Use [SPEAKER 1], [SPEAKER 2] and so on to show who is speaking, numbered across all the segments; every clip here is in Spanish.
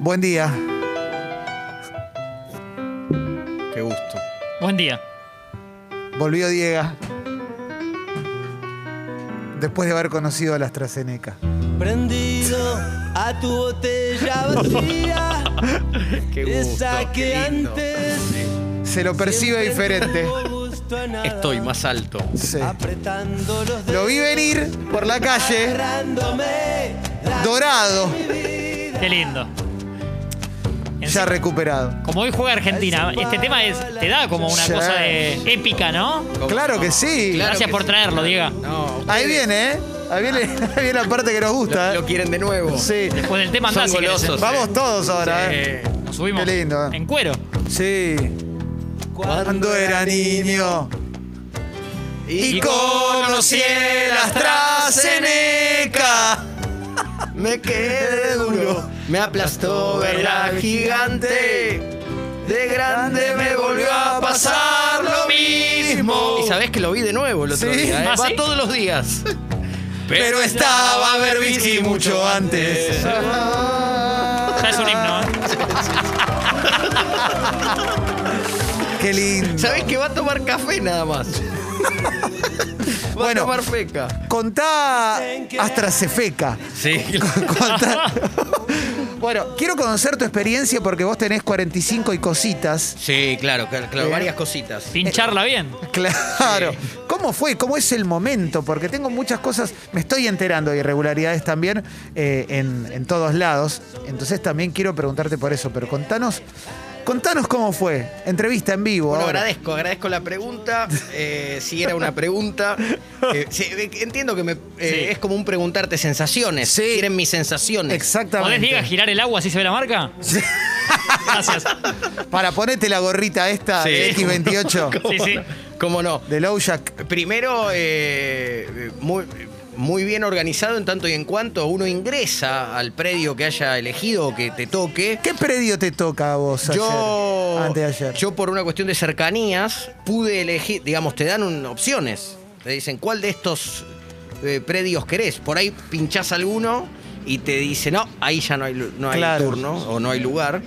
[SPEAKER 1] Buen día.
[SPEAKER 2] Qué gusto.
[SPEAKER 3] Buen día.
[SPEAKER 1] Volvió Diego. Después de haber conocido a la AstraZeneca.
[SPEAKER 4] Prendido a tu botella vacía.
[SPEAKER 2] Qué
[SPEAKER 4] esa que antes.
[SPEAKER 1] Se lo percibe
[SPEAKER 4] siempre
[SPEAKER 1] diferente.
[SPEAKER 4] no tuvo gusto a nada.
[SPEAKER 2] Estoy más alto.
[SPEAKER 1] Sí.
[SPEAKER 4] Apretando los dedos.
[SPEAKER 1] Lo vi venir por la calle,
[SPEAKER 4] agarrándome, dando
[SPEAKER 1] dorado,
[SPEAKER 4] mi vida.
[SPEAKER 3] Qué lindo.
[SPEAKER 1] ya
[SPEAKER 3] Encima,
[SPEAKER 1] recuperado.
[SPEAKER 3] como hoy juega Argentina, este tema es, te da como una
[SPEAKER 1] Ya.
[SPEAKER 3] cosa de épica, ¿no?
[SPEAKER 1] Claro que sí.
[SPEAKER 2] Claro
[SPEAKER 3] Gracias
[SPEAKER 2] que
[SPEAKER 3] por
[SPEAKER 2] sí.
[SPEAKER 3] traerlo, Diego.
[SPEAKER 2] No,
[SPEAKER 1] Ahí viene, ¿eh? Ahí viene, ahí viene la parte que nos gusta.
[SPEAKER 2] lo,
[SPEAKER 1] ¿eh?
[SPEAKER 2] lo quieren de nuevo.
[SPEAKER 1] Sí.
[SPEAKER 3] Después del tema
[SPEAKER 2] Son
[SPEAKER 3] andás, si querés,
[SPEAKER 2] golosos.
[SPEAKER 1] Vamos todos ahora, ¿eh?
[SPEAKER 2] Eh,
[SPEAKER 3] Nos subimos
[SPEAKER 1] Qué lindo, eh.
[SPEAKER 3] en cuero.
[SPEAKER 1] Sí. Cuando era niño y conocí la AstraZeneca.
[SPEAKER 2] Me quedé duro, me aplastó, ¿verdad? Gigante. De grande me volvió a pasar lo mismo. Y sabés que lo vi de nuevo el otro
[SPEAKER 1] Sí.
[SPEAKER 2] día. ¿eh?
[SPEAKER 3] ¿Ah,
[SPEAKER 2] Va
[SPEAKER 3] sí?
[SPEAKER 2] todos los días.
[SPEAKER 1] Pero estaba Berbisky mucho antes.
[SPEAKER 3] Ya es un himno. ¿eh?
[SPEAKER 1] Qué lindo.
[SPEAKER 2] Sabés que va a tomar café nada más. Va
[SPEAKER 1] Bueno.
[SPEAKER 2] a tomar feca.
[SPEAKER 1] Contá AstraZefeca.
[SPEAKER 2] Sí.
[SPEAKER 1] Contá- Bueno, quiero conocer tu experiencia porque vos tenés 45 y cositas.
[SPEAKER 2] Sí, claro, claro, claro, varias cositas.
[SPEAKER 3] Pincharla bien.
[SPEAKER 1] Claro. ¿Cómo fue? ¿Cómo es el momento? Porque tengo muchas cosas, me estoy enterando de irregularidades también eh, en, en todos lados. Entonces también quiero preguntarte por eso, pero contanos, contanos cómo fue. Entrevista en vivo.
[SPEAKER 2] Bueno,
[SPEAKER 1] ahora.
[SPEAKER 2] agradezco, agradezco la pregunta. eh, si era una pregunta. eh, sí, eh, entiendo que me, eh,
[SPEAKER 3] Sí.
[SPEAKER 2] es como un preguntarte sensaciones.
[SPEAKER 1] Sí.
[SPEAKER 2] Quieren mis sensaciones.
[SPEAKER 3] ¿Podés,
[SPEAKER 1] Exactamente.
[SPEAKER 3] Diego, girar el agua así se ve la marca? Gracias.
[SPEAKER 1] Para ponerte la gorrita esta
[SPEAKER 2] Sí.
[SPEAKER 1] de X28
[SPEAKER 3] Sí, sí.
[SPEAKER 2] ¿Cómo no?
[SPEAKER 1] de Lowjack.
[SPEAKER 2] Primero, eh, muy, muy bien organizado en tanto y en cuanto uno ingresa al predio que haya elegido o que te toque.
[SPEAKER 1] ¿Qué predio te toca a vos ayer?
[SPEAKER 2] Yo,
[SPEAKER 1] Antes de ayer.
[SPEAKER 2] yo por una cuestión de cercanías pude elegir, digamos, te dan un- opciones. Te dicen, ¿cuál de estos eh, predios querés? Por ahí pinchás alguno y te dice, no, ahí ya no hay, lu- no hay
[SPEAKER 1] Claro.
[SPEAKER 2] turno o no hay lugar.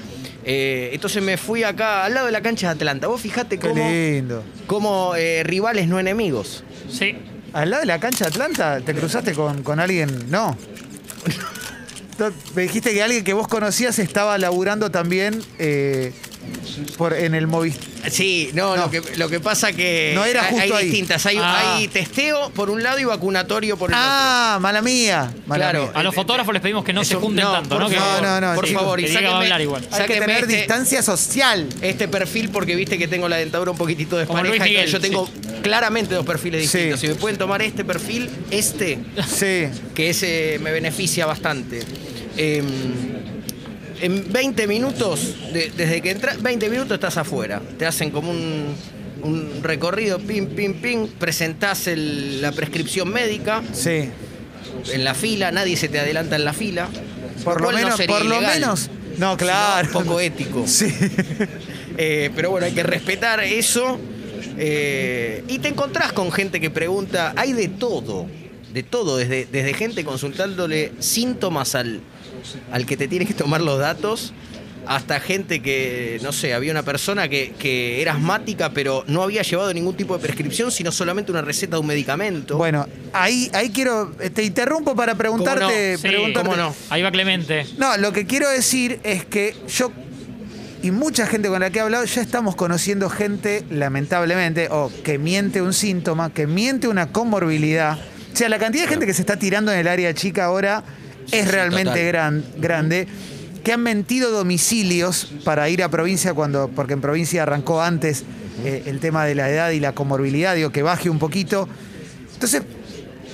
[SPEAKER 2] Eh, entonces me fui acá al lado de la cancha de Atlanta. Vos fijate
[SPEAKER 1] Qué
[SPEAKER 2] cómo,
[SPEAKER 1] lindo.
[SPEAKER 2] cómo, eh, rivales no enemigos.
[SPEAKER 3] Sí.
[SPEAKER 1] ¿Al lado de la cancha de Atlanta te cruzaste con, con alguien? No. No, Me dijiste que alguien que vos conocías estaba laburando también eh, por, en el Movistar.
[SPEAKER 2] Sí, no,
[SPEAKER 1] No.
[SPEAKER 2] Lo, que, lo que pasa que
[SPEAKER 1] No era
[SPEAKER 2] hay- hay,
[SPEAKER 1] justo ahí.
[SPEAKER 2] distintas. Hay,
[SPEAKER 3] Ah.
[SPEAKER 2] hay testeo por un lado y vacunatorio por el otro.
[SPEAKER 1] Ah, mala mía. mala
[SPEAKER 2] Claro.
[SPEAKER 1] mía.
[SPEAKER 3] A los fotógrafos les pedimos que no
[SPEAKER 2] Es
[SPEAKER 3] se
[SPEAKER 2] un-
[SPEAKER 3] junten
[SPEAKER 2] no,
[SPEAKER 3] tanto,
[SPEAKER 2] por
[SPEAKER 3] ¿no? Que-
[SPEAKER 2] favor,
[SPEAKER 1] No, no, no,
[SPEAKER 2] por
[SPEAKER 1] chicos.
[SPEAKER 2] favor, y
[SPEAKER 3] Que Diego va a
[SPEAKER 2] sáquenme-
[SPEAKER 3] hablar igual.
[SPEAKER 1] Hay que
[SPEAKER 2] sáquenme
[SPEAKER 1] tener
[SPEAKER 2] este,
[SPEAKER 1] distancia social.
[SPEAKER 2] este perfil porque viste que tengo la dentadura un poquitito
[SPEAKER 3] Como
[SPEAKER 2] despareja.
[SPEAKER 3] Luis
[SPEAKER 2] y
[SPEAKER 3] Miguel,
[SPEAKER 2] yo tengo claramente dos perfiles
[SPEAKER 1] Sí.
[SPEAKER 2] distintos. Si me pueden tomar este perfil, este,
[SPEAKER 1] Sí.
[SPEAKER 2] que ese me beneficia bastante. Eh, en 20 minutos, de- desde que entras, 20 minutos estás afuera. Te hacen como un, un recorrido, pim, pim, pim. Presentás el- la prescripción médica
[SPEAKER 1] Sí.
[SPEAKER 2] en la fila, nadie se te adelanta en la fila.
[SPEAKER 1] Por lo
[SPEAKER 2] cual no
[SPEAKER 1] menos.
[SPEAKER 2] sería
[SPEAKER 1] por lo
[SPEAKER 2] ilegal.
[SPEAKER 1] menos. No,
[SPEAKER 2] Sino
[SPEAKER 1] claro.
[SPEAKER 2] poco ético.
[SPEAKER 1] Sí.
[SPEAKER 2] Eh, pero bueno, hay que respetar eso. Eh, y te encontrás con gente que pregunta, hay de todo, de todo, desde, desde gente consultándole síntomas al, al que te tiene que tomar los datos, hasta gente que, no sé, había una persona que, que era asmática, pero no había llevado ningún tipo de prescripción, sino solamente una receta de un medicamento.
[SPEAKER 1] Bueno, ahí, ahí quiero. Te interrumpo para preguntarte.
[SPEAKER 3] Sí,
[SPEAKER 1] preguntarte-
[SPEAKER 2] ¿Cómo no?
[SPEAKER 3] Ahí va Clemente.
[SPEAKER 1] No, lo que quiero decir es que yo y mucha gente con la que he hablado ya estamos conociendo gente, lamentablemente, o que miente un síntoma, que miente una comorbilidad. O sea, la cantidad de gente que se está tirando en el área chica ahora es
[SPEAKER 2] sí,
[SPEAKER 1] realmente
[SPEAKER 2] total.
[SPEAKER 1] gran- grande. Que han mentido domicilios para ir a provincia cuando, porque en provincia arrancó antes eh, el tema de la edad y la comorbilidad, digo, que baje un poquito. Entonces,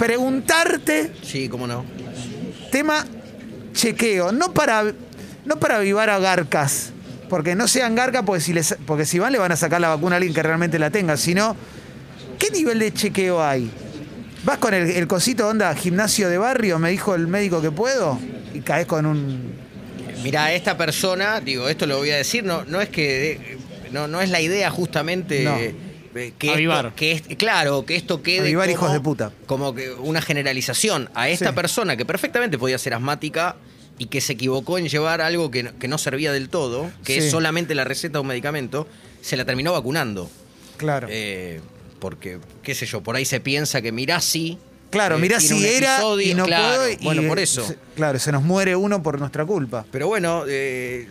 [SPEAKER 1] preguntarte
[SPEAKER 2] Sí, cómo no.
[SPEAKER 1] tema chequeo, no para, no para avivar a garcas, porque no sean garcas, porque si, les, porque si van le van a sacar la vacuna a alguien que realmente la tenga, sino, ¿qué nivel de chequeo hay? ¿Vas con el, el cosito onda gimnasio de barrio, me dijo el médico que puedo? Y caes con un...
[SPEAKER 2] Mira, esta persona, digo, esto lo voy a decir, no, no es que no, no es la idea justamente
[SPEAKER 1] No.
[SPEAKER 2] eh, que
[SPEAKER 3] Avivar.
[SPEAKER 2] Esto, que es- claro, que esto quede
[SPEAKER 1] Avivar
[SPEAKER 2] como-
[SPEAKER 1] hijos de puta.
[SPEAKER 2] Como que una generalización a esta
[SPEAKER 1] Sí.
[SPEAKER 2] persona que perfectamente podía ser asmática y que se equivocó en llevar algo que, no- que no servía del todo,
[SPEAKER 1] Sí.
[SPEAKER 2] que es solamente la receta de un medicamento, se la terminó vacunando.
[SPEAKER 1] Claro.
[SPEAKER 2] Eh, porque, qué sé yo, por ahí se piensa que mirá si.
[SPEAKER 1] claro,
[SPEAKER 2] eh,
[SPEAKER 1] mirá
[SPEAKER 2] tiene
[SPEAKER 1] si
[SPEAKER 2] un
[SPEAKER 1] era y
[SPEAKER 2] episodio,
[SPEAKER 1] no
[SPEAKER 2] claro,
[SPEAKER 1] puedo. y-
[SPEAKER 2] bueno, por eso.
[SPEAKER 1] se- claro, se nos muere uno por nuestra culpa.
[SPEAKER 2] Pero bueno, eh,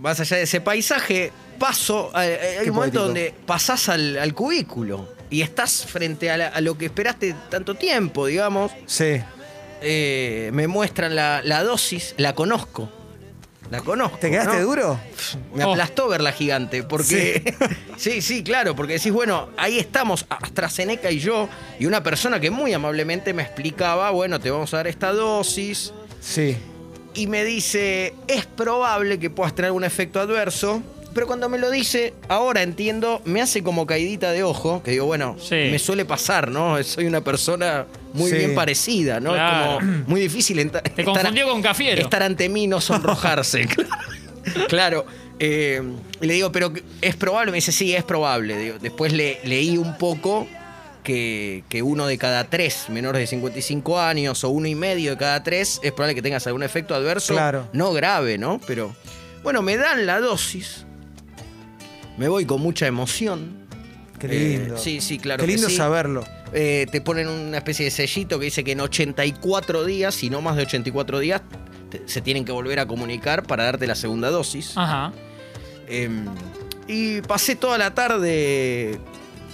[SPEAKER 2] más allá de ese paisaje, paso. a- a- hay
[SPEAKER 1] Qué
[SPEAKER 2] un
[SPEAKER 1] poético.
[SPEAKER 2] momento donde pasás al, al cubículo y estás frente a, la- a lo que esperaste tanto tiempo, digamos.
[SPEAKER 1] Sí.
[SPEAKER 2] Eh, me muestran la, la dosis, la conozco. La conozco.
[SPEAKER 1] ¿Te quedaste
[SPEAKER 2] ¿no?
[SPEAKER 1] duro?
[SPEAKER 2] Me
[SPEAKER 3] Oh.
[SPEAKER 2] aplastó ver la gigante, porque. Sí. sí, claro, porque decís, bueno, ahí estamos, AstraZeneca y yo, y una persona que muy amablemente me explicaba, bueno, te vamos a dar esta dosis,
[SPEAKER 1] Sí.
[SPEAKER 2] y me dice, es probable que puedas tener un efecto adverso, pero cuando me lo dice, ahora entiendo, me hace como caidita de ojo, que digo, bueno,
[SPEAKER 3] Sí.
[SPEAKER 2] me suele pasar, ¿no? Soy una persona muy
[SPEAKER 1] Sí.
[SPEAKER 2] bien parecida, ¿no?
[SPEAKER 3] Claro.
[SPEAKER 2] Es como muy difícil enta-
[SPEAKER 3] Te
[SPEAKER 2] estar-
[SPEAKER 3] confundió con Cafiero.
[SPEAKER 2] Estar ante mí y no sonrojarse. claro. Eh, y le digo, pero es probable. Me dice, sí, es probable. Digo, después le, leí un poco que, que uno de cada tres menores de 55 años o uno y medio de cada tres es probable que tengas algún efecto adverso.
[SPEAKER 1] Claro.
[SPEAKER 2] No grave, ¿no? Pero bueno, me dan la dosis. Me voy con mucha emoción.
[SPEAKER 1] Qué
[SPEAKER 2] Eh,
[SPEAKER 1] lindo.
[SPEAKER 2] sí, sí, claro
[SPEAKER 1] Qué
[SPEAKER 2] que
[SPEAKER 1] lindo
[SPEAKER 2] sí.
[SPEAKER 1] saberlo.
[SPEAKER 2] Eh, te ponen una especie de sellito que dice que en 84 días, y no más de 84 días, te- se tienen que volver a comunicar para darte la segunda dosis.
[SPEAKER 3] Ajá.
[SPEAKER 2] Em, y pasé toda la tarde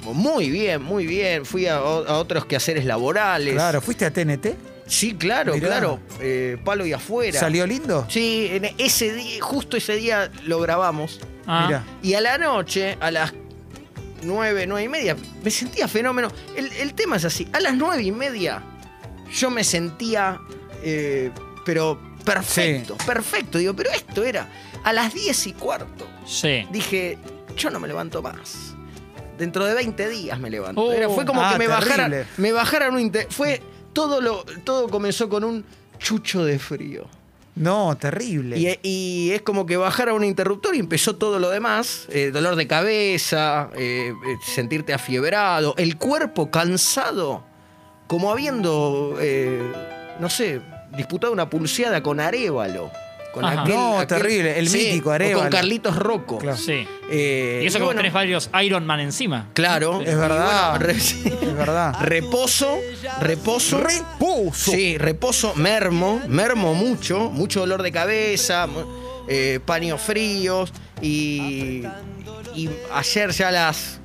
[SPEAKER 2] muy bien, muy bien. Fui a, o- a otros quehaceres laborales.
[SPEAKER 1] Claro, ¿fuiste a TNT?
[SPEAKER 2] Sí, claro,
[SPEAKER 1] Mirá.
[SPEAKER 2] claro. Eh, palo y afuera.
[SPEAKER 1] ¿Salió lindo?
[SPEAKER 2] Sí, en ese día, justo ese día lo grabamos.
[SPEAKER 3] Ah.
[SPEAKER 1] Mirá.
[SPEAKER 2] Y a la noche, a las 9, 9 y media, me sentía fenómeno. El, el tema es así, a las 9 y media yo me sentía, eh, pero perfecto, perfecto. Digo, pero esto era a las 10 y cuarto.
[SPEAKER 3] Sí.
[SPEAKER 2] Dije, yo no me levanto más. Dentro de 20 días me levanto.
[SPEAKER 3] Oh.
[SPEAKER 2] Era- fue como
[SPEAKER 1] Ah,
[SPEAKER 2] que me
[SPEAKER 1] terrible.
[SPEAKER 2] bajaran, me bajaran un inte- Fue todo lo, todo comenzó con un chucho de frío.
[SPEAKER 1] No, terrible.
[SPEAKER 2] Y, eh, y es como que bajara un interruptor y empezó todo lo demás. eh, dolor de cabeza, eh, eh, sentirte afiebrado, el cuerpo cansado, como habiendo, eh, no sé, disputado una pulseada con Arevalo. Con
[SPEAKER 3] Ajá.
[SPEAKER 2] aquel,
[SPEAKER 1] No,
[SPEAKER 2] aquel-
[SPEAKER 1] terrible, el mítico
[SPEAKER 2] o
[SPEAKER 1] Arévalo.
[SPEAKER 2] Con Carlitos Rocco.
[SPEAKER 1] Claro.
[SPEAKER 3] Sí.
[SPEAKER 2] Eh,
[SPEAKER 3] Y eso
[SPEAKER 2] y
[SPEAKER 3] como
[SPEAKER 2] bueno,
[SPEAKER 3] tenés varios Iron Man encima.
[SPEAKER 2] Claro.
[SPEAKER 1] Es verdad.
[SPEAKER 2] Y bueno, re- sí.
[SPEAKER 1] Es verdad.
[SPEAKER 2] reposo, reposo.
[SPEAKER 1] Repuso.
[SPEAKER 2] Sí, reposo, mermo, mermo mucho, mucho dolor de cabeza, mu- eh, paños fríos y, y ayer ya a las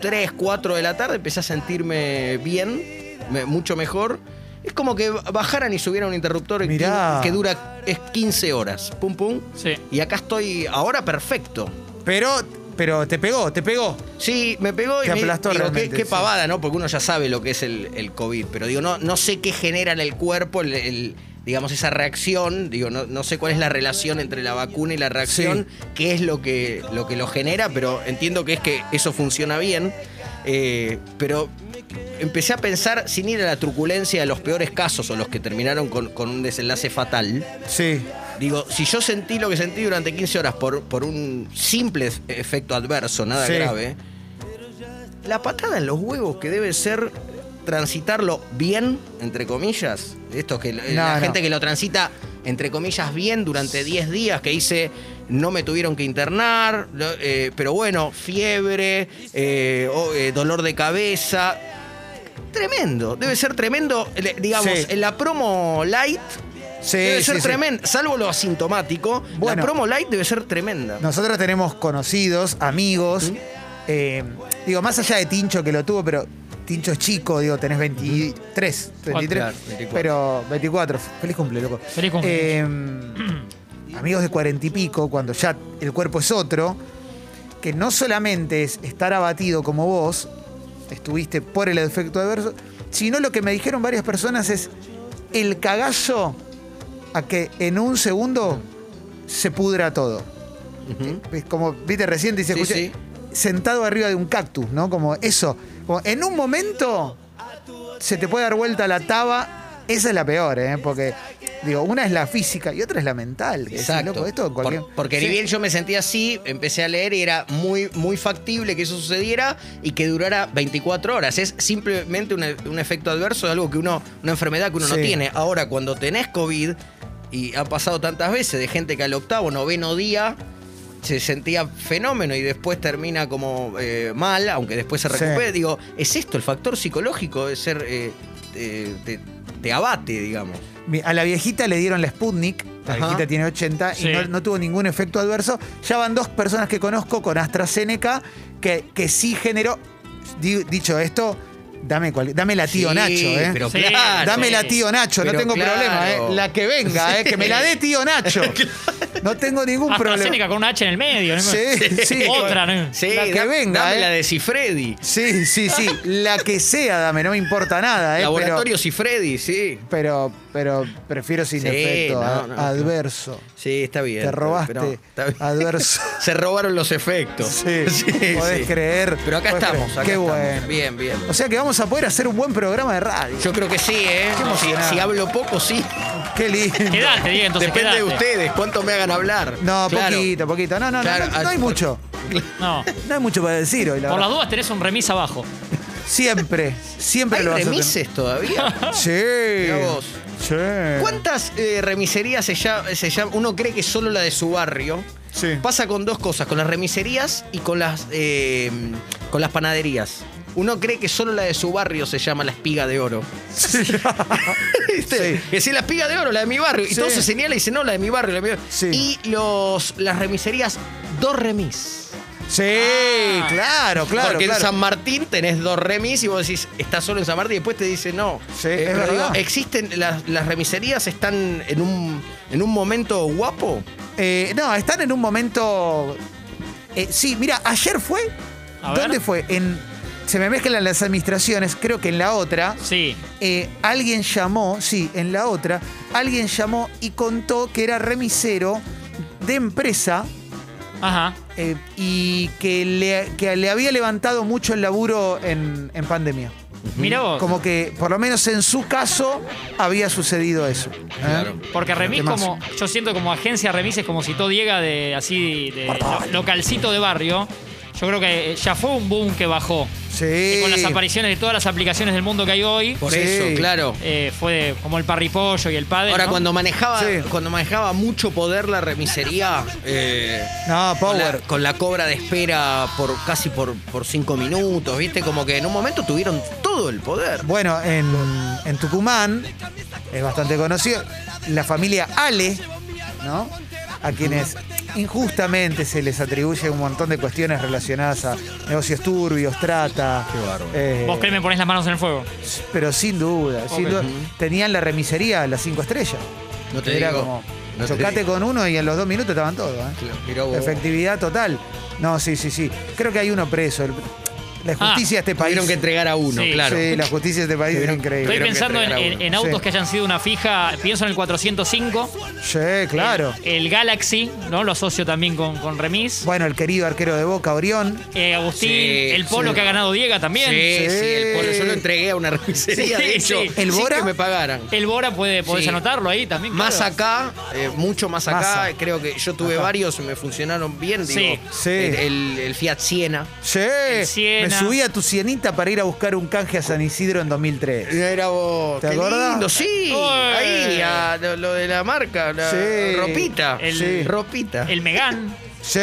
[SPEAKER 2] 3, 4 de la tarde empecé a sentirme bien, me- mucho mejor. Es como que bajaran y subieran un interruptor que-
[SPEAKER 1] Mirá.
[SPEAKER 2] que dura es 15 horas, pum pum.
[SPEAKER 3] Sí.
[SPEAKER 2] Y acá estoy ahora perfecto.
[SPEAKER 1] Pero, pero te pegó, te pegó.
[SPEAKER 2] Sí, me pegó y
[SPEAKER 1] Te
[SPEAKER 2] me
[SPEAKER 1] aplastó
[SPEAKER 2] digo, qué,
[SPEAKER 1] realmente,
[SPEAKER 2] qué
[SPEAKER 1] sí.
[SPEAKER 2] pavada, ¿no? Porque uno ya sabe lo que es el, el COVID, pero digo, no, no sé qué genera en el cuerpo el- el- digamos, esa reacción, digo, no, no sé cuál es la relación entre la vacuna y la reacción, qué es lo que, lo que lo genera, pero entiendo que es que eso funciona bien. Eh, pero empecé a pensar, sin ir a la truculencia de los peores casos o los que terminaron con, con un desenlace fatal,
[SPEAKER 1] Sí.
[SPEAKER 2] Digo, si yo sentí lo que sentí durante 15 horas por, por un simple efecto adverso, nada
[SPEAKER 1] Sí.
[SPEAKER 2] grave, la patada en los huevos que debe ser transitarlo bien, entre comillas, esto que la
[SPEAKER 1] no.
[SPEAKER 2] gente que lo transita, entre comillas, bien durante 10 días, que dice, no me tuvieron que internar, lo- eh, pero bueno, fiebre, eh, o- eh, dolor de cabeza. Tremendo, debe ser tremendo, le- digamos,
[SPEAKER 1] Sí.
[SPEAKER 2] en la promo light
[SPEAKER 1] Sí,
[SPEAKER 2] debe ser
[SPEAKER 1] sí, sí.
[SPEAKER 2] tremendo, salvo lo asintomático.
[SPEAKER 1] Bueno.
[SPEAKER 2] la promo light debe ser tremenda.
[SPEAKER 1] Nosotros tenemos conocidos, amigos. eh, digo, más allá de Tincho que lo tuvo, pero Tincho es chico, digo, tenés 23, 23.
[SPEAKER 2] Claro, 24.
[SPEAKER 1] Pero 24. Feliz cumple, loco.
[SPEAKER 3] Feliz cumple.
[SPEAKER 1] Eh, amigos de cuarenta y pico, cuando ya el cuerpo es otro, que no solamente es estar abatido como vos, estuviste por el efecto adverso, sino lo que me dijeron varias personas es el cagazo a que en un segundo se pudra todo.
[SPEAKER 2] Ujú.
[SPEAKER 1] Es como, viste, recién te dice,
[SPEAKER 2] Sí,
[SPEAKER 1] escuché,
[SPEAKER 2] sí.
[SPEAKER 1] sentado arriba de un cactus, ¿no? Como eso. Como en un momento se te puede dar vuelta la taba. Esa es la peor, ¿eh? Porque Digo, una es la física y otra es la mental. que decís,
[SPEAKER 2] Exacto.
[SPEAKER 1] loco, esto en
[SPEAKER 2] Por-
[SPEAKER 1] cualquier-
[SPEAKER 2] porque
[SPEAKER 1] Sí.
[SPEAKER 2] ni bien yo me sentía así, empecé a leer y era muy, muy factible que eso sucediera y que durara 24 horas. Es simplemente un, e-, un efecto adverso de algo que uno, una enfermedad que uno
[SPEAKER 1] Sí.
[SPEAKER 2] no tiene. Ahora, cuando tenés COVID, y ha pasado tantas veces, de gente que al octavo, noveno día se sentía fenómeno y después termina como eh, mal, aunque después se
[SPEAKER 1] Sí.
[SPEAKER 2] recupere. Digo, ¿es esto el factor psicológico? Es ser. eh, eh, te, te abate, digamos.
[SPEAKER 1] Mi- A la viejita le dieron la Sputnik, la
[SPEAKER 2] Ajá.
[SPEAKER 1] viejita tiene 80
[SPEAKER 3] Sí.
[SPEAKER 1] y no, no tuvo ningún efecto adverso. Ya van dos personas que conozco con AstraZeneca que, que sí generó. di- dicho esto, dame, cual- dame la tío
[SPEAKER 2] Sí,
[SPEAKER 1] Nacho, ¿eh?
[SPEAKER 2] Pero
[SPEAKER 3] Sí,
[SPEAKER 2] claro.
[SPEAKER 1] Dame la
[SPEAKER 3] sí.
[SPEAKER 1] tío Nacho, no
[SPEAKER 2] Ah, Pero
[SPEAKER 1] tengo
[SPEAKER 2] claro.
[SPEAKER 1] problema, ¿eh? La que venga, ¿eh? Que me la dé tío Nacho. No tengo ningún problema.
[SPEAKER 3] AstraZeneca con una H en el medio. Ah, ¿no?
[SPEAKER 1] Sí, sí.
[SPEAKER 3] Otra, ¿no?
[SPEAKER 2] Sí,
[SPEAKER 1] La que
[SPEAKER 2] da-
[SPEAKER 1] venga,
[SPEAKER 2] dame
[SPEAKER 1] eh.
[SPEAKER 2] la de Cifredi.
[SPEAKER 1] Sí, sí, sí. La que sea, dame, no me importa nada, ¿eh?
[SPEAKER 2] Laboratorio Cifredi, sí.
[SPEAKER 1] Pero, pero, pero prefiero sin
[SPEAKER 2] Sí,
[SPEAKER 1] efecto
[SPEAKER 2] no,
[SPEAKER 1] a-
[SPEAKER 2] no, no.
[SPEAKER 1] adverso.
[SPEAKER 2] Sí, está bien.
[SPEAKER 1] Te robaste
[SPEAKER 2] pero está bien.
[SPEAKER 1] adverso.
[SPEAKER 2] Se robaron los efectos.
[SPEAKER 1] Sí,
[SPEAKER 2] Sí,
[SPEAKER 1] podés
[SPEAKER 2] sí.
[SPEAKER 1] creer.
[SPEAKER 2] Pero acá
[SPEAKER 1] podés
[SPEAKER 2] estamos.
[SPEAKER 1] creer.
[SPEAKER 2] acá
[SPEAKER 1] Qué
[SPEAKER 2] estamos.
[SPEAKER 1] bueno.
[SPEAKER 2] Bien, bien.
[SPEAKER 1] O sea que vamos a poder hacer un buen programa de radio.
[SPEAKER 2] Yo creo que sí, ¿eh?
[SPEAKER 1] Qué
[SPEAKER 2] Si,
[SPEAKER 1] emocionado.
[SPEAKER 2] si hablo poco, sí.
[SPEAKER 1] Qué lindo.
[SPEAKER 3] Quedate, Diego, entonces
[SPEAKER 2] Depende de
[SPEAKER 3] quedate.
[SPEAKER 2] ustedes, cuánto me hagan hablar.
[SPEAKER 1] No,
[SPEAKER 2] Claro.
[SPEAKER 1] poquito, poquito. No, no, no,
[SPEAKER 2] Claro,
[SPEAKER 1] no, no hay
[SPEAKER 2] por-
[SPEAKER 1] mucho.
[SPEAKER 3] No.
[SPEAKER 1] No hay mucho para decir hoy, la
[SPEAKER 3] Por las
[SPEAKER 1] verdad.
[SPEAKER 3] dudas tenés un remis abajo.
[SPEAKER 1] Siempre, siempre
[SPEAKER 2] ¿Hay
[SPEAKER 1] lo vas
[SPEAKER 2] remises todavía?
[SPEAKER 1] a tener.
[SPEAKER 2] Mirá
[SPEAKER 1] Sí.
[SPEAKER 2] vos.
[SPEAKER 1] Sí.
[SPEAKER 2] ¿Cuántas eh, remiserías se llama, se llama- Uno cree que solo la de su barrio.
[SPEAKER 1] Sí.
[SPEAKER 2] Pasa con dos cosas, con las remiserías y con las, eh, con las panaderías. Uno cree que solo la de su barrio se llama la espiga de oro. ¿Viste?
[SPEAKER 1] Sí.
[SPEAKER 2] Que si la espiga de oro, la de mi barrio. Y
[SPEAKER 1] Sí.
[SPEAKER 2] todo se señala y dice, no, la de mi barrio, la de mi barrio.
[SPEAKER 1] Sí.
[SPEAKER 2] Y los, las remiserías, dos remis.
[SPEAKER 1] Sí,
[SPEAKER 3] Ah.
[SPEAKER 1] claro, claro.
[SPEAKER 2] Porque
[SPEAKER 1] claro.
[SPEAKER 2] en San Martín tenés dos remis y vos decís, estás solo en San Martín y después te dice, no. Eh,
[SPEAKER 1] Sí, es
[SPEAKER 2] pero
[SPEAKER 1] verdad.
[SPEAKER 2] existen, las, las remiserías están en un, en un momento guapo.
[SPEAKER 1] Eh, no, están en un momento. eh, sí, mira, ayer fue.
[SPEAKER 3] A ver.
[SPEAKER 1] ¿Dónde fue? En. Se me mezclan las administraciones, creo que en la otra.
[SPEAKER 3] Sí.
[SPEAKER 1] eh, alguien llamó, sí, en la otra, alguien llamó y contó que era remisero de empresa
[SPEAKER 3] Ajá.
[SPEAKER 1] eh, y que le, que le había levantado mucho el laburo en, en pandemia.
[SPEAKER 3] Mira vos.
[SPEAKER 1] Como que, por lo menos en su caso, había sucedido eso. ¿eh?
[SPEAKER 3] Porque remis
[SPEAKER 1] Temazo.
[SPEAKER 3] como. Yo siento como agencia remis es como si todo llega de así de lo- localcito de barrio. Yo creo que eh, ya fue un boom que bajó.
[SPEAKER 1] Sí.
[SPEAKER 3] Que con las apariciones de todas las aplicaciones del mundo que hay hoy.
[SPEAKER 2] Por
[SPEAKER 1] Sí.
[SPEAKER 2] eso, claro.
[SPEAKER 3] eh, fue como el parripollo y el padre.
[SPEAKER 2] Ahora,
[SPEAKER 3] ¿no?
[SPEAKER 2] cuando manejaba
[SPEAKER 1] Sí.
[SPEAKER 2] cuando manejaba mucho poder la remisería, eh,
[SPEAKER 1] No,
[SPEAKER 2] con, la,
[SPEAKER 1] Power.
[SPEAKER 2] con la cobra de espera por casi por, por cinco minutos, ¿viste? Como que en un momento tuvieron todo el poder.
[SPEAKER 1] Bueno, en, en Tucumán es bastante conocido la familia Ale, ¿no? A quienes injustamente se les atribuye un montón de cuestiones relacionadas a negocios turbios, trata. eh,
[SPEAKER 3] Vos Clemen ponés las manos en el fuego.
[SPEAKER 1] pero sin duda, sin
[SPEAKER 3] Ok.
[SPEAKER 1] duda. tenían la remisería, las cinco estrellas.
[SPEAKER 2] No te
[SPEAKER 1] Era
[SPEAKER 2] digo.
[SPEAKER 1] como,
[SPEAKER 2] No te
[SPEAKER 1] chocate
[SPEAKER 2] digo.
[SPEAKER 1] con uno y en los dos minutos estaban todos. ¿eh?
[SPEAKER 2] Mirá vos.
[SPEAKER 1] Efectividad total. No, sí, sí, sí. Creo que hay uno preso. El- La justicia de este país.
[SPEAKER 2] Ah, Tuvieron que entregar a uno,
[SPEAKER 3] Sí.
[SPEAKER 2] claro.
[SPEAKER 1] Sí, la justicia de este país es
[SPEAKER 2] Tuvieron-
[SPEAKER 1] increíble.
[SPEAKER 3] Estoy
[SPEAKER 2] Tuvieron que
[SPEAKER 3] pensando en,
[SPEAKER 2] entregar a
[SPEAKER 3] en-
[SPEAKER 2] uno.
[SPEAKER 3] en autos
[SPEAKER 1] Sí.
[SPEAKER 3] que hayan sido una fija. Pienso en el 405.
[SPEAKER 1] Sí, claro.
[SPEAKER 3] El, el Galaxy, ¿no? Lo asocio también con, con remis.
[SPEAKER 1] Bueno, el querido arquero de Boca, Orión.
[SPEAKER 3] Eh, Agustín,
[SPEAKER 2] Sí,
[SPEAKER 3] el polo
[SPEAKER 2] sí.
[SPEAKER 3] que ha ganado Diega
[SPEAKER 2] Sí,
[SPEAKER 3] también.
[SPEAKER 2] sí,
[SPEAKER 1] Sí.
[SPEAKER 2] el pueblo. Yo lo entregué a una remisería,
[SPEAKER 3] Sí,
[SPEAKER 2] de hecho,
[SPEAKER 3] sí.
[SPEAKER 1] ¿El
[SPEAKER 2] sin
[SPEAKER 1] Bora?
[SPEAKER 2] que me pagaran.
[SPEAKER 3] El Bora puede, podés
[SPEAKER 2] Sí.
[SPEAKER 3] anotarlo ahí también.
[SPEAKER 2] Más
[SPEAKER 3] claro.
[SPEAKER 2] acá, eh, mucho más acá.
[SPEAKER 1] Masa.
[SPEAKER 2] Creo que yo tuve varios, me funcionaron bien.
[SPEAKER 3] Sí.
[SPEAKER 2] Digo,
[SPEAKER 1] Sí.
[SPEAKER 2] El, el- el Fiat Siena.
[SPEAKER 1] Sí. Me
[SPEAKER 3] Siena.
[SPEAKER 1] subí a tu cienita para ir a buscar un canje a San Isidro en 2003.
[SPEAKER 2] Era vos.
[SPEAKER 1] ¿Te
[SPEAKER 2] qué
[SPEAKER 1] acordás?
[SPEAKER 2] lindo, sí.
[SPEAKER 3] Ué.
[SPEAKER 2] Ahí, a- lo, lo de la marca, la
[SPEAKER 1] Sí.
[SPEAKER 2] ropita.
[SPEAKER 3] El-
[SPEAKER 1] Sí.
[SPEAKER 2] Ropita.
[SPEAKER 3] El Megan.
[SPEAKER 1] Sí.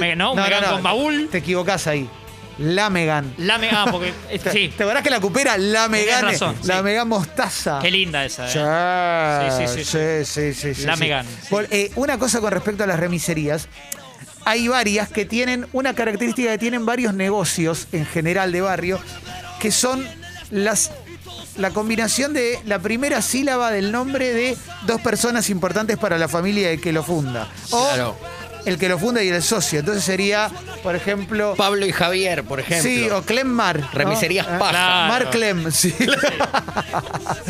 [SPEAKER 3] Me- no, Megan con baúl.
[SPEAKER 1] Te equivocás ahí. La Megan.
[SPEAKER 3] La Megan, porque. eh,
[SPEAKER 1] ¿Te,
[SPEAKER 3] sí,
[SPEAKER 1] ¿Te acordás que la cupera? La
[SPEAKER 3] Tenés
[SPEAKER 1] Megan.
[SPEAKER 3] razón,
[SPEAKER 1] la
[SPEAKER 3] sí.
[SPEAKER 1] Megan Mostaza.
[SPEAKER 3] qué linda esa.
[SPEAKER 1] Sí,
[SPEAKER 3] eh.
[SPEAKER 1] sí,
[SPEAKER 3] Sí, sí, sí,
[SPEAKER 1] sí, sí, sí,
[SPEAKER 3] La
[SPEAKER 1] sí.
[SPEAKER 3] Megan, sí.
[SPEAKER 1] Por- eh, una cosa con respecto a las remiserías. Hay varias que tienen una característica que tienen varios negocios en general de barrio, que son las la combinación de la primera sílaba del nombre de dos personas importantes para la familia que lo funda. O
[SPEAKER 2] Claro.
[SPEAKER 1] el que lo funda y el socio. Entonces sería, por ejemplo.
[SPEAKER 2] Pablo y Javier, por ejemplo.
[SPEAKER 1] Sí, o Clem Mar. ¿no?
[SPEAKER 2] Remiserías
[SPEAKER 1] Ah,
[SPEAKER 2] Paja.
[SPEAKER 3] Claro.
[SPEAKER 1] Mar Clem, sí.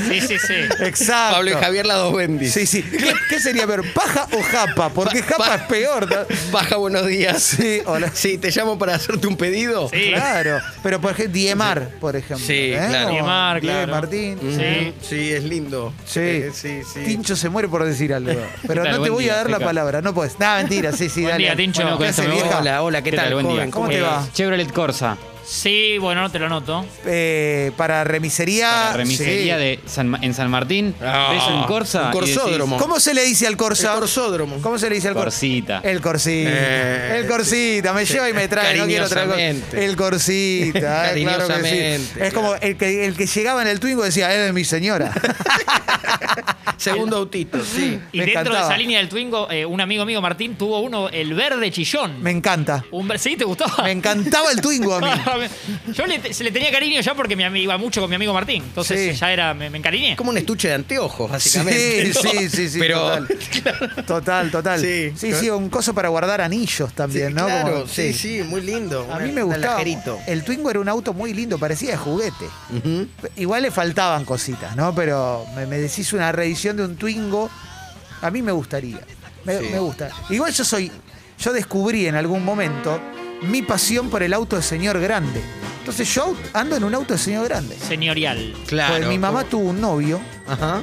[SPEAKER 3] Sí, sí, sí.
[SPEAKER 1] Exacto.
[SPEAKER 2] Pablo y Javier la dos bendis.
[SPEAKER 1] Sí, sí. ¿Qué, qué sería peor? ¿Paja o japa? Porque
[SPEAKER 2] Pa-
[SPEAKER 1] japa
[SPEAKER 2] pa-
[SPEAKER 1] es peor. ¿no?
[SPEAKER 2] Baja, buenos días.
[SPEAKER 1] Sí, hola.
[SPEAKER 2] Sí, te llamo para hacerte un pedido.
[SPEAKER 3] Sí.
[SPEAKER 1] Claro. Pero por ejemplo, Diemar, por ejemplo.
[SPEAKER 2] Sí,
[SPEAKER 1] ¿eh?
[SPEAKER 2] claro.
[SPEAKER 1] O
[SPEAKER 3] Diemar,
[SPEAKER 1] Diego
[SPEAKER 3] claro.
[SPEAKER 1] Martín.
[SPEAKER 2] Ujú.
[SPEAKER 3] Sí.
[SPEAKER 2] Sí, es lindo.
[SPEAKER 1] Sí.
[SPEAKER 2] Eh, sí, sí.
[SPEAKER 1] Tincho se muere por decir algo. Pero
[SPEAKER 5] ¿Qué tal?
[SPEAKER 1] no te
[SPEAKER 5] Buen
[SPEAKER 1] voy
[SPEAKER 5] día,
[SPEAKER 1] a dar la
[SPEAKER 5] Ricardo.
[SPEAKER 1] palabra, no puedes. Nada, mentira, sí, sí,
[SPEAKER 3] Buen
[SPEAKER 1] dale.
[SPEAKER 3] día, Tincho.
[SPEAKER 1] ¿Qué
[SPEAKER 3] Bueno, con
[SPEAKER 1] hace,
[SPEAKER 5] esto me voy.
[SPEAKER 1] vieja?
[SPEAKER 2] Hola, hola, ¿qué,
[SPEAKER 5] ¿Qué
[SPEAKER 2] tal,
[SPEAKER 5] tal? Buen
[SPEAKER 2] joven?
[SPEAKER 5] día.
[SPEAKER 1] ¿Cómo te
[SPEAKER 3] Eh,
[SPEAKER 1] va?
[SPEAKER 5] Chevrolet Corsa,
[SPEAKER 3] Sí, bueno, no te lo noto.
[SPEAKER 1] Eh, para remisería.
[SPEAKER 5] la remisería
[SPEAKER 1] Ah, sí.
[SPEAKER 5] de San Ma- en San Martín.
[SPEAKER 2] Ah,
[SPEAKER 5] ves un Corsa.
[SPEAKER 2] un
[SPEAKER 5] y decís,
[SPEAKER 2] corsódromo.
[SPEAKER 1] ¿Cómo se le dice al corsa?
[SPEAKER 2] El corsódromo.
[SPEAKER 1] ¿Cómo se le dice al corsa?
[SPEAKER 5] Corsita.
[SPEAKER 1] El corsita.
[SPEAKER 2] Eh,
[SPEAKER 1] el corsita. Me
[SPEAKER 2] sí.
[SPEAKER 1] lleva y me trae. No quiero otra cosa.
[SPEAKER 2] Cariñosamente.
[SPEAKER 1] El corsita. eh, claro que sí.
[SPEAKER 2] Cariñosamente,
[SPEAKER 1] Es como el que, el que llegaba en el Twingo decía, es de mi señora.
[SPEAKER 2] Segundo autito, sí.
[SPEAKER 3] Y
[SPEAKER 1] Me
[SPEAKER 3] dentro de
[SPEAKER 1] encantaba.
[SPEAKER 3] esa línea del Twingo, eh, un amigo mío, Martín, tuvo uno, el verde chillón.
[SPEAKER 1] me encanta.
[SPEAKER 3] Un ver- ¿Sí? ¿Te gustó?
[SPEAKER 1] Me encantaba el Twingo a mí.
[SPEAKER 3] Yo le, te- se le tenía cariño ya porque mi, ami- iba mucho con mi amigo Martín. Entonces
[SPEAKER 1] Sí.
[SPEAKER 3] ya era, me, me encariñé.
[SPEAKER 2] Es como un estuche de anteojos, básicamente.
[SPEAKER 1] Sí,
[SPEAKER 2] ¿no?
[SPEAKER 1] sí, sí, sí,
[SPEAKER 2] Pero,
[SPEAKER 1] total. Total, total.
[SPEAKER 2] Sí.
[SPEAKER 1] sí, sí, un coso para guardar anillos también, ¿no?
[SPEAKER 2] Claro,
[SPEAKER 1] Como-
[SPEAKER 2] sí, sí, muy lindo.
[SPEAKER 1] A
[SPEAKER 2] un
[SPEAKER 1] mí me gustaba.
[SPEAKER 2] alhajerito.
[SPEAKER 1] El Twingo era un auto muy lindo, parecía de juguete.
[SPEAKER 2] Ujú.
[SPEAKER 1] Igual le faltaban cositas, ¿no? Pero me, me decís una reedición de un Twingo, a mí me gustaría. Me,
[SPEAKER 2] Sí.
[SPEAKER 1] me gusta. Igual yo soy, yo descubrí en algún momento mi pasión por el auto de señor grande. Entonces yo ando en un auto de señor grande.
[SPEAKER 3] Señorial.
[SPEAKER 2] Claro.
[SPEAKER 1] Porque Pues mi mamá
[SPEAKER 2] como-
[SPEAKER 1] tuvo un novio,
[SPEAKER 2] Ajá.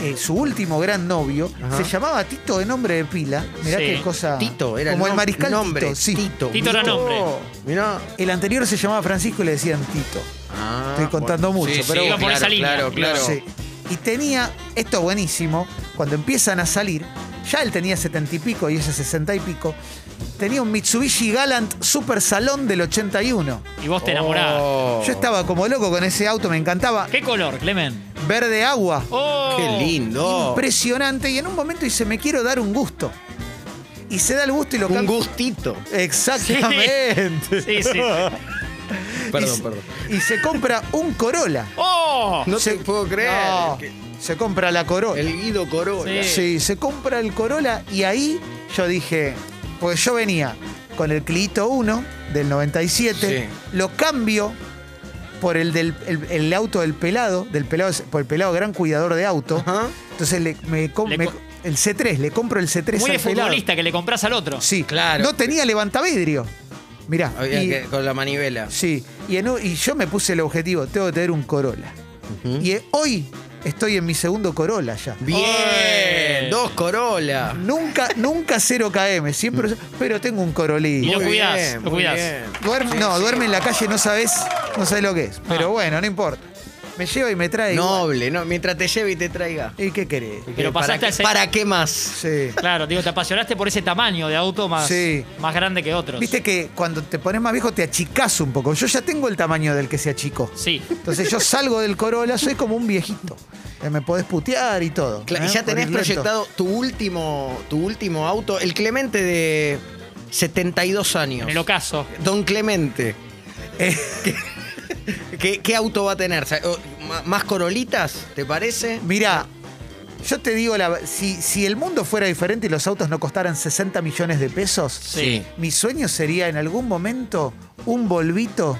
[SPEAKER 1] eh, su último gran novio,
[SPEAKER 2] Ajá.
[SPEAKER 1] se llamaba Tito de nombre de pila. Mirá
[SPEAKER 3] Sí.
[SPEAKER 1] qué cosa.
[SPEAKER 2] Tito, era
[SPEAKER 1] Como el
[SPEAKER 2] nom-
[SPEAKER 1] mariscal
[SPEAKER 2] nombre.
[SPEAKER 1] Tito, sí.
[SPEAKER 2] Tito.
[SPEAKER 3] Tito era
[SPEAKER 2] Mirá.
[SPEAKER 3] nombre.
[SPEAKER 2] Mirá.
[SPEAKER 1] El anterior se llamaba Francisco y le decían Tito.
[SPEAKER 2] Ah,
[SPEAKER 1] Estoy contando mucho, pero
[SPEAKER 3] iba por
[SPEAKER 2] claro,
[SPEAKER 3] esa línea.
[SPEAKER 2] Claro, claro.
[SPEAKER 1] Sí. Y tenía, esto es buenísimo, cuando empiezan a salir, ya él tenía setenta y pico y ella sesenta y pico, tenía un Mitsubishi Galant Super Salón del 81.
[SPEAKER 3] Y vos te enamorás.
[SPEAKER 2] Oh,
[SPEAKER 1] Yo estaba como loco con ese auto, me encantaba.
[SPEAKER 3] ¿Qué color, Clemen?
[SPEAKER 1] Verde agua,
[SPEAKER 3] ¡Oh!
[SPEAKER 2] Qué lindo.
[SPEAKER 1] impresionante, y en un momento dice, me quiero dar un gusto. Y se da el gusto y lo
[SPEAKER 2] Un
[SPEAKER 1] cambia.
[SPEAKER 2] gustito.
[SPEAKER 1] Exactamente.
[SPEAKER 3] Sí, sí.
[SPEAKER 1] Y se- Y se compra un Corolla.
[SPEAKER 3] ¡Oh!
[SPEAKER 2] No
[SPEAKER 1] Se-
[SPEAKER 2] te puedo creer.
[SPEAKER 1] No,
[SPEAKER 2] que-
[SPEAKER 1] se compra la Corolla.
[SPEAKER 2] El Guido Corolla.
[SPEAKER 3] Sí.
[SPEAKER 1] Sí, se compra el Corolla y ahí yo dije, pues yo venía con el Clito 1 del 97, lo cambio por el del el, el auto del pelado, del pelado, por el pelado gran cuidador de auto.
[SPEAKER 2] Ajá.
[SPEAKER 1] Entonces le- me, com-
[SPEAKER 3] Le
[SPEAKER 1] me-
[SPEAKER 3] co-
[SPEAKER 1] el C3, le compro el C3
[SPEAKER 3] Muy
[SPEAKER 1] al
[SPEAKER 3] de
[SPEAKER 1] pelado.
[SPEAKER 3] futbolista que le compras al otro.
[SPEAKER 1] Sí,
[SPEAKER 2] Claro.
[SPEAKER 1] No tenía levantavidrio. Mirá.
[SPEAKER 2] Había
[SPEAKER 1] y-
[SPEAKER 2] que- con la manivela.
[SPEAKER 1] Sí, y, en un- y yo me puse el objetivo, tengo que tener un Corolla. Y eh, hoy estoy en mi segundo Corolla ya.
[SPEAKER 2] Bien.
[SPEAKER 3] Oye.
[SPEAKER 2] Dos Corolla.
[SPEAKER 1] Nunca, nunca 0 km,
[SPEAKER 2] Mm.
[SPEAKER 1] siempre. Pero tengo un
[SPEAKER 3] Y
[SPEAKER 1] corolí.
[SPEAKER 3] lo
[SPEAKER 2] Muy
[SPEAKER 3] cuidás,
[SPEAKER 2] bien,
[SPEAKER 3] lo
[SPEAKER 2] muy
[SPEAKER 3] cuidás.
[SPEAKER 2] bien.
[SPEAKER 1] Duerme-
[SPEAKER 2] Sí,
[SPEAKER 1] no,
[SPEAKER 2] sí.
[SPEAKER 1] duerme en la calle, no sabes, no sabes lo que es. Pero
[SPEAKER 3] Ah.
[SPEAKER 1] bueno, no importa. Me lleva y me trae. igual.
[SPEAKER 2] Noble, no, mientras te lleve y te traiga.
[SPEAKER 1] ¿Y qué querés?
[SPEAKER 3] Pero
[SPEAKER 2] ¿Para
[SPEAKER 3] pasaste
[SPEAKER 2] qué,
[SPEAKER 3] a ese-
[SPEAKER 2] ¿Para qué más?
[SPEAKER 1] Sí.
[SPEAKER 3] Claro, digo, te apasionaste por ese tamaño de auto más,
[SPEAKER 1] Sí.
[SPEAKER 3] más grande que otros.
[SPEAKER 1] Viste que cuando te pones más viejo te achicás un poco. Yo ya tengo el tamaño del que se achicó.
[SPEAKER 3] Sí.
[SPEAKER 1] Entonces yo salgo del Corolla, soy como un viejito. Eh, Me podés putear y todo.
[SPEAKER 2] Cla-
[SPEAKER 3] Ah,
[SPEAKER 1] ¿eh?
[SPEAKER 2] y ya tenés
[SPEAKER 1] Por irreto.
[SPEAKER 2] proyectado tu último, tu último auto, el Clemente de 72 años.
[SPEAKER 3] En el ocaso.
[SPEAKER 2] Don Clemente.
[SPEAKER 1] Eh,
[SPEAKER 2] ¿Qué, qué auto va a tener? Sa- o- ma- ¿Más corolitas, te parece?
[SPEAKER 1] Mirá, yo te digo, la, si, si el mundo fuera diferente y los autos no costaran 60 millones de pesos,
[SPEAKER 3] Sí.
[SPEAKER 1] mi sueño sería en algún momento un volvito.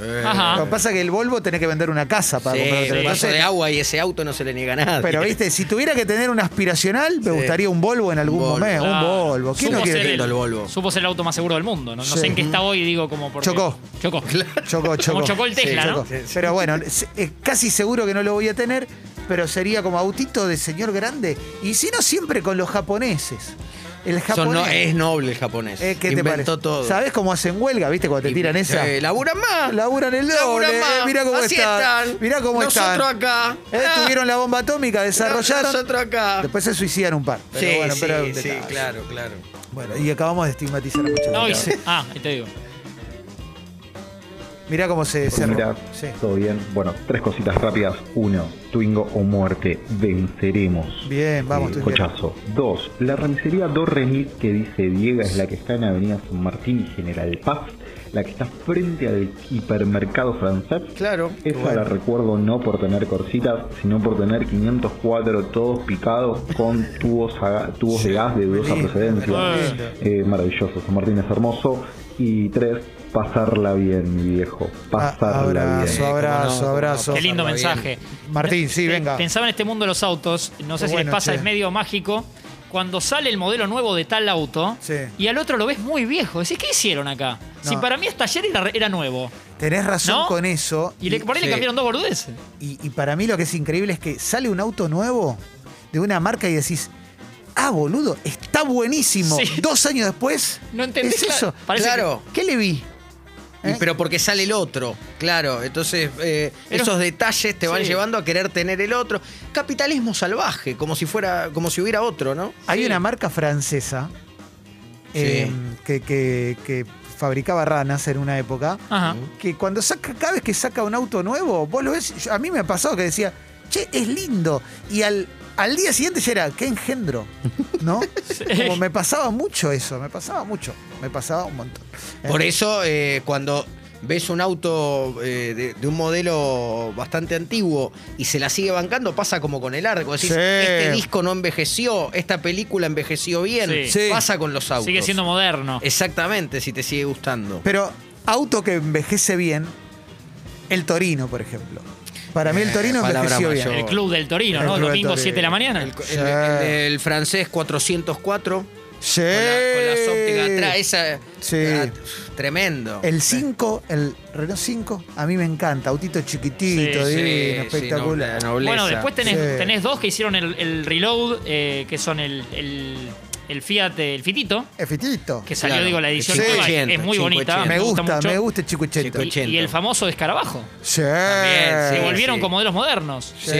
[SPEAKER 1] Eh.
[SPEAKER 3] Ajá.
[SPEAKER 1] Lo que pasa es que el Volvo tenés que vender una casa para
[SPEAKER 2] Sí,
[SPEAKER 1] comprar otro.
[SPEAKER 2] un vaso
[SPEAKER 1] Entonces,
[SPEAKER 2] de agua y ese auto no se le niega nada.
[SPEAKER 1] Pero viste, si tuviera que tener un aspiracional, me gustaría un Volvo en algún
[SPEAKER 2] Volvo.
[SPEAKER 1] momento.
[SPEAKER 3] Claro.
[SPEAKER 1] Un Volvo. ¿Quién
[SPEAKER 3] Supo
[SPEAKER 1] no
[SPEAKER 3] ser
[SPEAKER 1] quiere?
[SPEAKER 2] Lindo el Volvo.
[SPEAKER 3] Supo ser el auto más seguro del mundo. No, No
[SPEAKER 1] Sí.
[SPEAKER 3] sé en qué está hoy, digo, como porque...
[SPEAKER 1] Chocó.
[SPEAKER 3] Chocó.
[SPEAKER 1] Chocó, chocó.
[SPEAKER 3] Como chocó el Tesla,
[SPEAKER 1] Sí,
[SPEAKER 3] ¿no?
[SPEAKER 1] chocó. Pero bueno, es- es casi seguro que no lo voy a tener, pero sería como autito de señor grande. Y si no, siempre con los japoneses. El
[SPEAKER 2] Son
[SPEAKER 1] japonés.
[SPEAKER 2] no- es noble el japonés.
[SPEAKER 1] Eh, ¿Qué te
[SPEAKER 2] Inventó
[SPEAKER 1] parece?
[SPEAKER 2] todo.
[SPEAKER 1] ¿Sabés cómo hacen huelga, viste, cuando te tiran esa?
[SPEAKER 2] Eh, laburan más.
[SPEAKER 1] Laburan el doble.
[SPEAKER 2] Laburan más.
[SPEAKER 1] eh, mirá cómo
[SPEAKER 2] Así
[SPEAKER 1] están. Mirá cómo
[SPEAKER 2] Nosotros
[SPEAKER 1] están.
[SPEAKER 2] acá.
[SPEAKER 1] Eh,
[SPEAKER 2] Ah,
[SPEAKER 1] Tuvieron la bomba atómica, desarrollaron.
[SPEAKER 2] Nosotros acá.
[SPEAKER 1] Después se suicidan un par. Pero
[SPEAKER 2] sí,
[SPEAKER 1] bueno,
[SPEAKER 2] sí,
[SPEAKER 1] pero era un
[SPEAKER 2] sí,
[SPEAKER 1] detalle.
[SPEAKER 2] claro, claro.
[SPEAKER 1] Bueno, y acabamos de estigmatizar a mucha
[SPEAKER 3] No, y
[SPEAKER 1] gente.
[SPEAKER 3] se- Ah, ahí te digo.
[SPEAKER 1] Mirá cómo se cerró.
[SPEAKER 6] Pues Mirá,
[SPEAKER 1] Sí.
[SPEAKER 6] todo bien. Bueno, tres cositas rápidas. Uno, Twingo o muerte, venceremos.
[SPEAKER 1] Bien, vamos,
[SPEAKER 6] Eh,
[SPEAKER 1] Twingo.
[SPEAKER 6] Cochazo. Dos, la remisería Do Remil que dice Diego es la que está en Avenida San Martín y General Paz. la que está frente al hipermercado francés.
[SPEAKER 2] Claro.
[SPEAKER 6] Esa
[SPEAKER 2] Bueno.
[SPEAKER 6] la recuerdo no por tener corsitas, sino por tener 504 todos picados con tubos, aga- tubos de gas de dudosa
[SPEAKER 1] lindo,
[SPEAKER 6] procedencia.
[SPEAKER 3] lindo.
[SPEAKER 6] Eh, maravilloso, San Martín es hermoso. Y tres, pasarla bien, mi viejo.
[SPEAKER 1] Ah,
[SPEAKER 6] Pasarla
[SPEAKER 1] abrazo,
[SPEAKER 6] bien.
[SPEAKER 1] abrazo,
[SPEAKER 2] cómo no,
[SPEAKER 1] abrazo.
[SPEAKER 3] Qué lindo
[SPEAKER 2] Pasarla bien.
[SPEAKER 3] mensaje.
[SPEAKER 1] Martín, sí,
[SPEAKER 3] Pe-
[SPEAKER 1] venga.
[SPEAKER 3] Pensaba en este mundo de los autos, no sé
[SPEAKER 1] Qué
[SPEAKER 3] si
[SPEAKER 1] bueno,
[SPEAKER 3] les pasa,
[SPEAKER 1] che.
[SPEAKER 3] es medio mágico. Cuando sale el modelo nuevo de tal auto
[SPEAKER 1] Sí.
[SPEAKER 3] y al otro lo ves muy viejo, decís, ¿qué hicieron acá? Si
[SPEAKER 1] No.
[SPEAKER 3] para mí hasta ayer era, era nuevo.
[SPEAKER 1] Tenés razón
[SPEAKER 3] ¿No?
[SPEAKER 1] con eso.
[SPEAKER 3] Y le- por ahí
[SPEAKER 2] Sí.
[SPEAKER 3] le cambiaron dos bordudes.
[SPEAKER 1] Y, y para mí lo que es increíble es que sale un auto nuevo de una marca y decís, ah, boludo, está buenísimo.
[SPEAKER 3] Sí.
[SPEAKER 1] Dos años después,
[SPEAKER 3] No entendés,
[SPEAKER 1] es
[SPEAKER 3] claro.
[SPEAKER 1] eso.
[SPEAKER 3] Parece
[SPEAKER 2] Claro.
[SPEAKER 1] ¿Qué le vi?
[SPEAKER 2] Y-
[SPEAKER 1] ¿Eh?
[SPEAKER 2] Pero porque sale el otro, claro. Entonces, eh,
[SPEAKER 3] Pero-
[SPEAKER 2] esos detalles te van
[SPEAKER 3] Sí.
[SPEAKER 2] llevando a querer tener el otro. Capitalismo salvaje, como si fuera, como si hubiera otro, ¿no?
[SPEAKER 1] Hay
[SPEAKER 3] Sí.
[SPEAKER 1] una marca francesa eh, que, que- que fabricaba ranas en una época.
[SPEAKER 2] Ah.
[SPEAKER 3] Ajá.
[SPEAKER 1] Que cuando saca, cada vez que saca un auto nuevo, vos lo ves. yo- a mí me ha pasado que decía, che, es lindo. Y al, al día siguiente ya era, qué engendro. ¿No? Como me pasaba mucho eso, me pasaba mucho. Me pasaba un montón.
[SPEAKER 2] Por
[SPEAKER 1] Eh,
[SPEAKER 2] eso, eh, cuando ves un auto eh, de, de un modelo bastante antiguo y se la sigue bancando, pasa como con el arco. Decís,
[SPEAKER 1] Sí.
[SPEAKER 2] este disco no envejeció, esta película envejeció bien.
[SPEAKER 3] Sí.
[SPEAKER 1] Sí.
[SPEAKER 2] Pasa con los autos.
[SPEAKER 3] Sigue siendo moderno.
[SPEAKER 1] Eh,
[SPEAKER 2] Exactamente, si te sigue gustando.
[SPEAKER 1] Pero auto que envejece bien, el Torino, por ejemplo. Para mí el
[SPEAKER 2] Eh,
[SPEAKER 1] Torino
[SPEAKER 2] palabra
[SPEAKER 1] envejeció
[SPEAKER 2] mayor.
[SPEAKER 1] bien.
[SPEAKER 3] El Club del Torino,
[SPEAKER 1] El
[SPEAKER 3] ¿no?
[SPEAKER 1] Club del
[SPEAKER 3] Domingo
[SPEAKER 1] Torino.
[SPEAKER 3] 7 de la mañana.
[SPEAKER 2] El,
[SPEAKER 1] Sí.
[SPEAKER 2] el- el- el francés 404.
[SPEAKER 1] Sí.
[SPEAKER 2] Con, la- con las ópticas atrás, esa.
[SPEAKER 1] ¡Eh! Sí.
[SPEAKER 2] ah, tremendo.
[SPEAKER 1] El 5, el Renault 5, a mí me encanta. Autito chiquitito,
[SPEAKER 3] Sí,
[SPEAKER 2] Sí,
[SPEAKER 1] divino,
[SPEAKER 2] sí,
[SPEAKER 1] espectacular.
[SPEAKER 2] no- la nobleza.
[SPEAKER 3] Bueno, después tenés,
[SPEAKER 1] Sí.
[SPEAKER 3] tenés dos que hicieron el, el reload, eh, que son el, el- el Fiat, eh, el Fitito,
[SPEAKER 1] Es fitito.
[SPEAKER 3] que salió,
[SPEAKER 2] Claro,
[SPEAKER 3] digo, la edición
[SPEAKER 1] el
[SPEAKER 3] nueva,
[SPEAKER 2] 580,
[SPEAKER 3] es muy bonita.
[SPEAKER 1] Me gusta,
[SPEAKER 3] mucho.
[SPEAKER 1] me gusta el chicuchento.
[SPEAKER 2] Chicuchento.
[SPEAKER 3] Y- Y, el famoso escarabajo.
[SPEAKER 1] Sí.
[SPEAKER 2] También,
[SPEAKER 1] Eh,
[SPEAKER 3] Se
[SPEAKER 2] Sí,
[SPEAKER 3] volvieron
[SPEAKER 2] sí.
[SPEAKER 3] con modelos modernos.
[SPEAKER 2] Sí.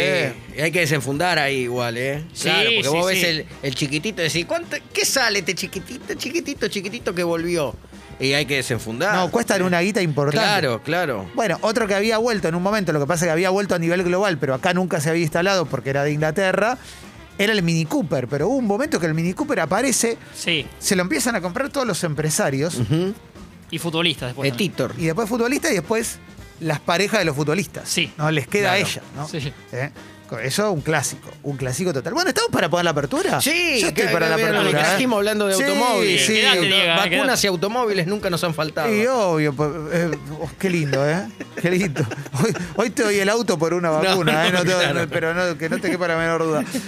[SPEAKER 2] y hay que desenfundar ahí igual, ¿eh?
[SPEAKER 3] Sí,
[SPEAKER 2] claro, porque
[SPEAKER 3] sí,
[SPEAKER 2] vos ves
[SPEAKER 3] sí.
[SPEAKER 2] el, el chiquitito y decís, ¿cuánto, ¿qué sale este chiquitito, chiquitito, chiquitito que volvió? Y hay que desenfundar.
[SPEAKER 1] No, cuestan una guita importante.
[SPEAKER 2] Claro, claro.
[SPEAKER 1] Bueno, otro que había vuelto en un momento, lo que pasa es que había vuelto a nivel global, pero acá nunca se había instalado porque era de Inglaterra, era el Mini Cooper. Pero hubo un momento que el Mini Cooper aparece,
[SPEAKER 3] Sí,
[SPEAKER 1] se lo empiezan a comprar todos los empresarios,
[SPEAKER 2] Ujú.
[SPEAKER 3] y futbolistas después.
[SPEAKER 2] Eh,
[SPEAKER 3] también.
[SPEAKER 2] Titor.
[SPEAKER 1] y después futbolista y después las parejas de los futbolistas.
[SPEAKER 3] Sí.
[SPEAKER 1] ¿no? Les queda a
[SPEAKER 2] Claro.
[SPEAKER 1] ella, ¿no?
[SPEAKER 3] Sí.
[SPEAKER 1] ¿Eh? Con Eso un clásico, un clásico total. Bueno, ¿estamos para poner la apertura?
[SPEAKER 2] Sí,
[SPEAKER 1] Yo estoy
[SPEAKER 2] que-
[SPEAKER 1] para la
[SPEAKER 2] que-
[SPEAKER 1] apertura.
[SPEAKER 2] que
[SPEAKER 1] ¿eh?
[SPEAKER 2] Seguimos hablando de
[SPEAKER 1] Sí,
[SPEAKER 2] automóviles.
[SPEAKER 1] Sí,
[SPEAKER 3] Quedate,
[SPEAKER 2] Auto-
[SPEAKER 3] Diego,
[SPEAKER 2] vacunas
[SPEAKER 3] quedate.
[SPEAKER 2] y automóviles nunca nos han faltado.
[SPEAKER 1] Y obvio, pues, eh, oh, qué lindo, ¿eh? Qué lindo. Hoy, hoy te doy el auto por una vacuna, ¿eh? No te-
[SPEAKER 2] claro.
[SPEAKER 1] pero no- que no te quepa la menor duda.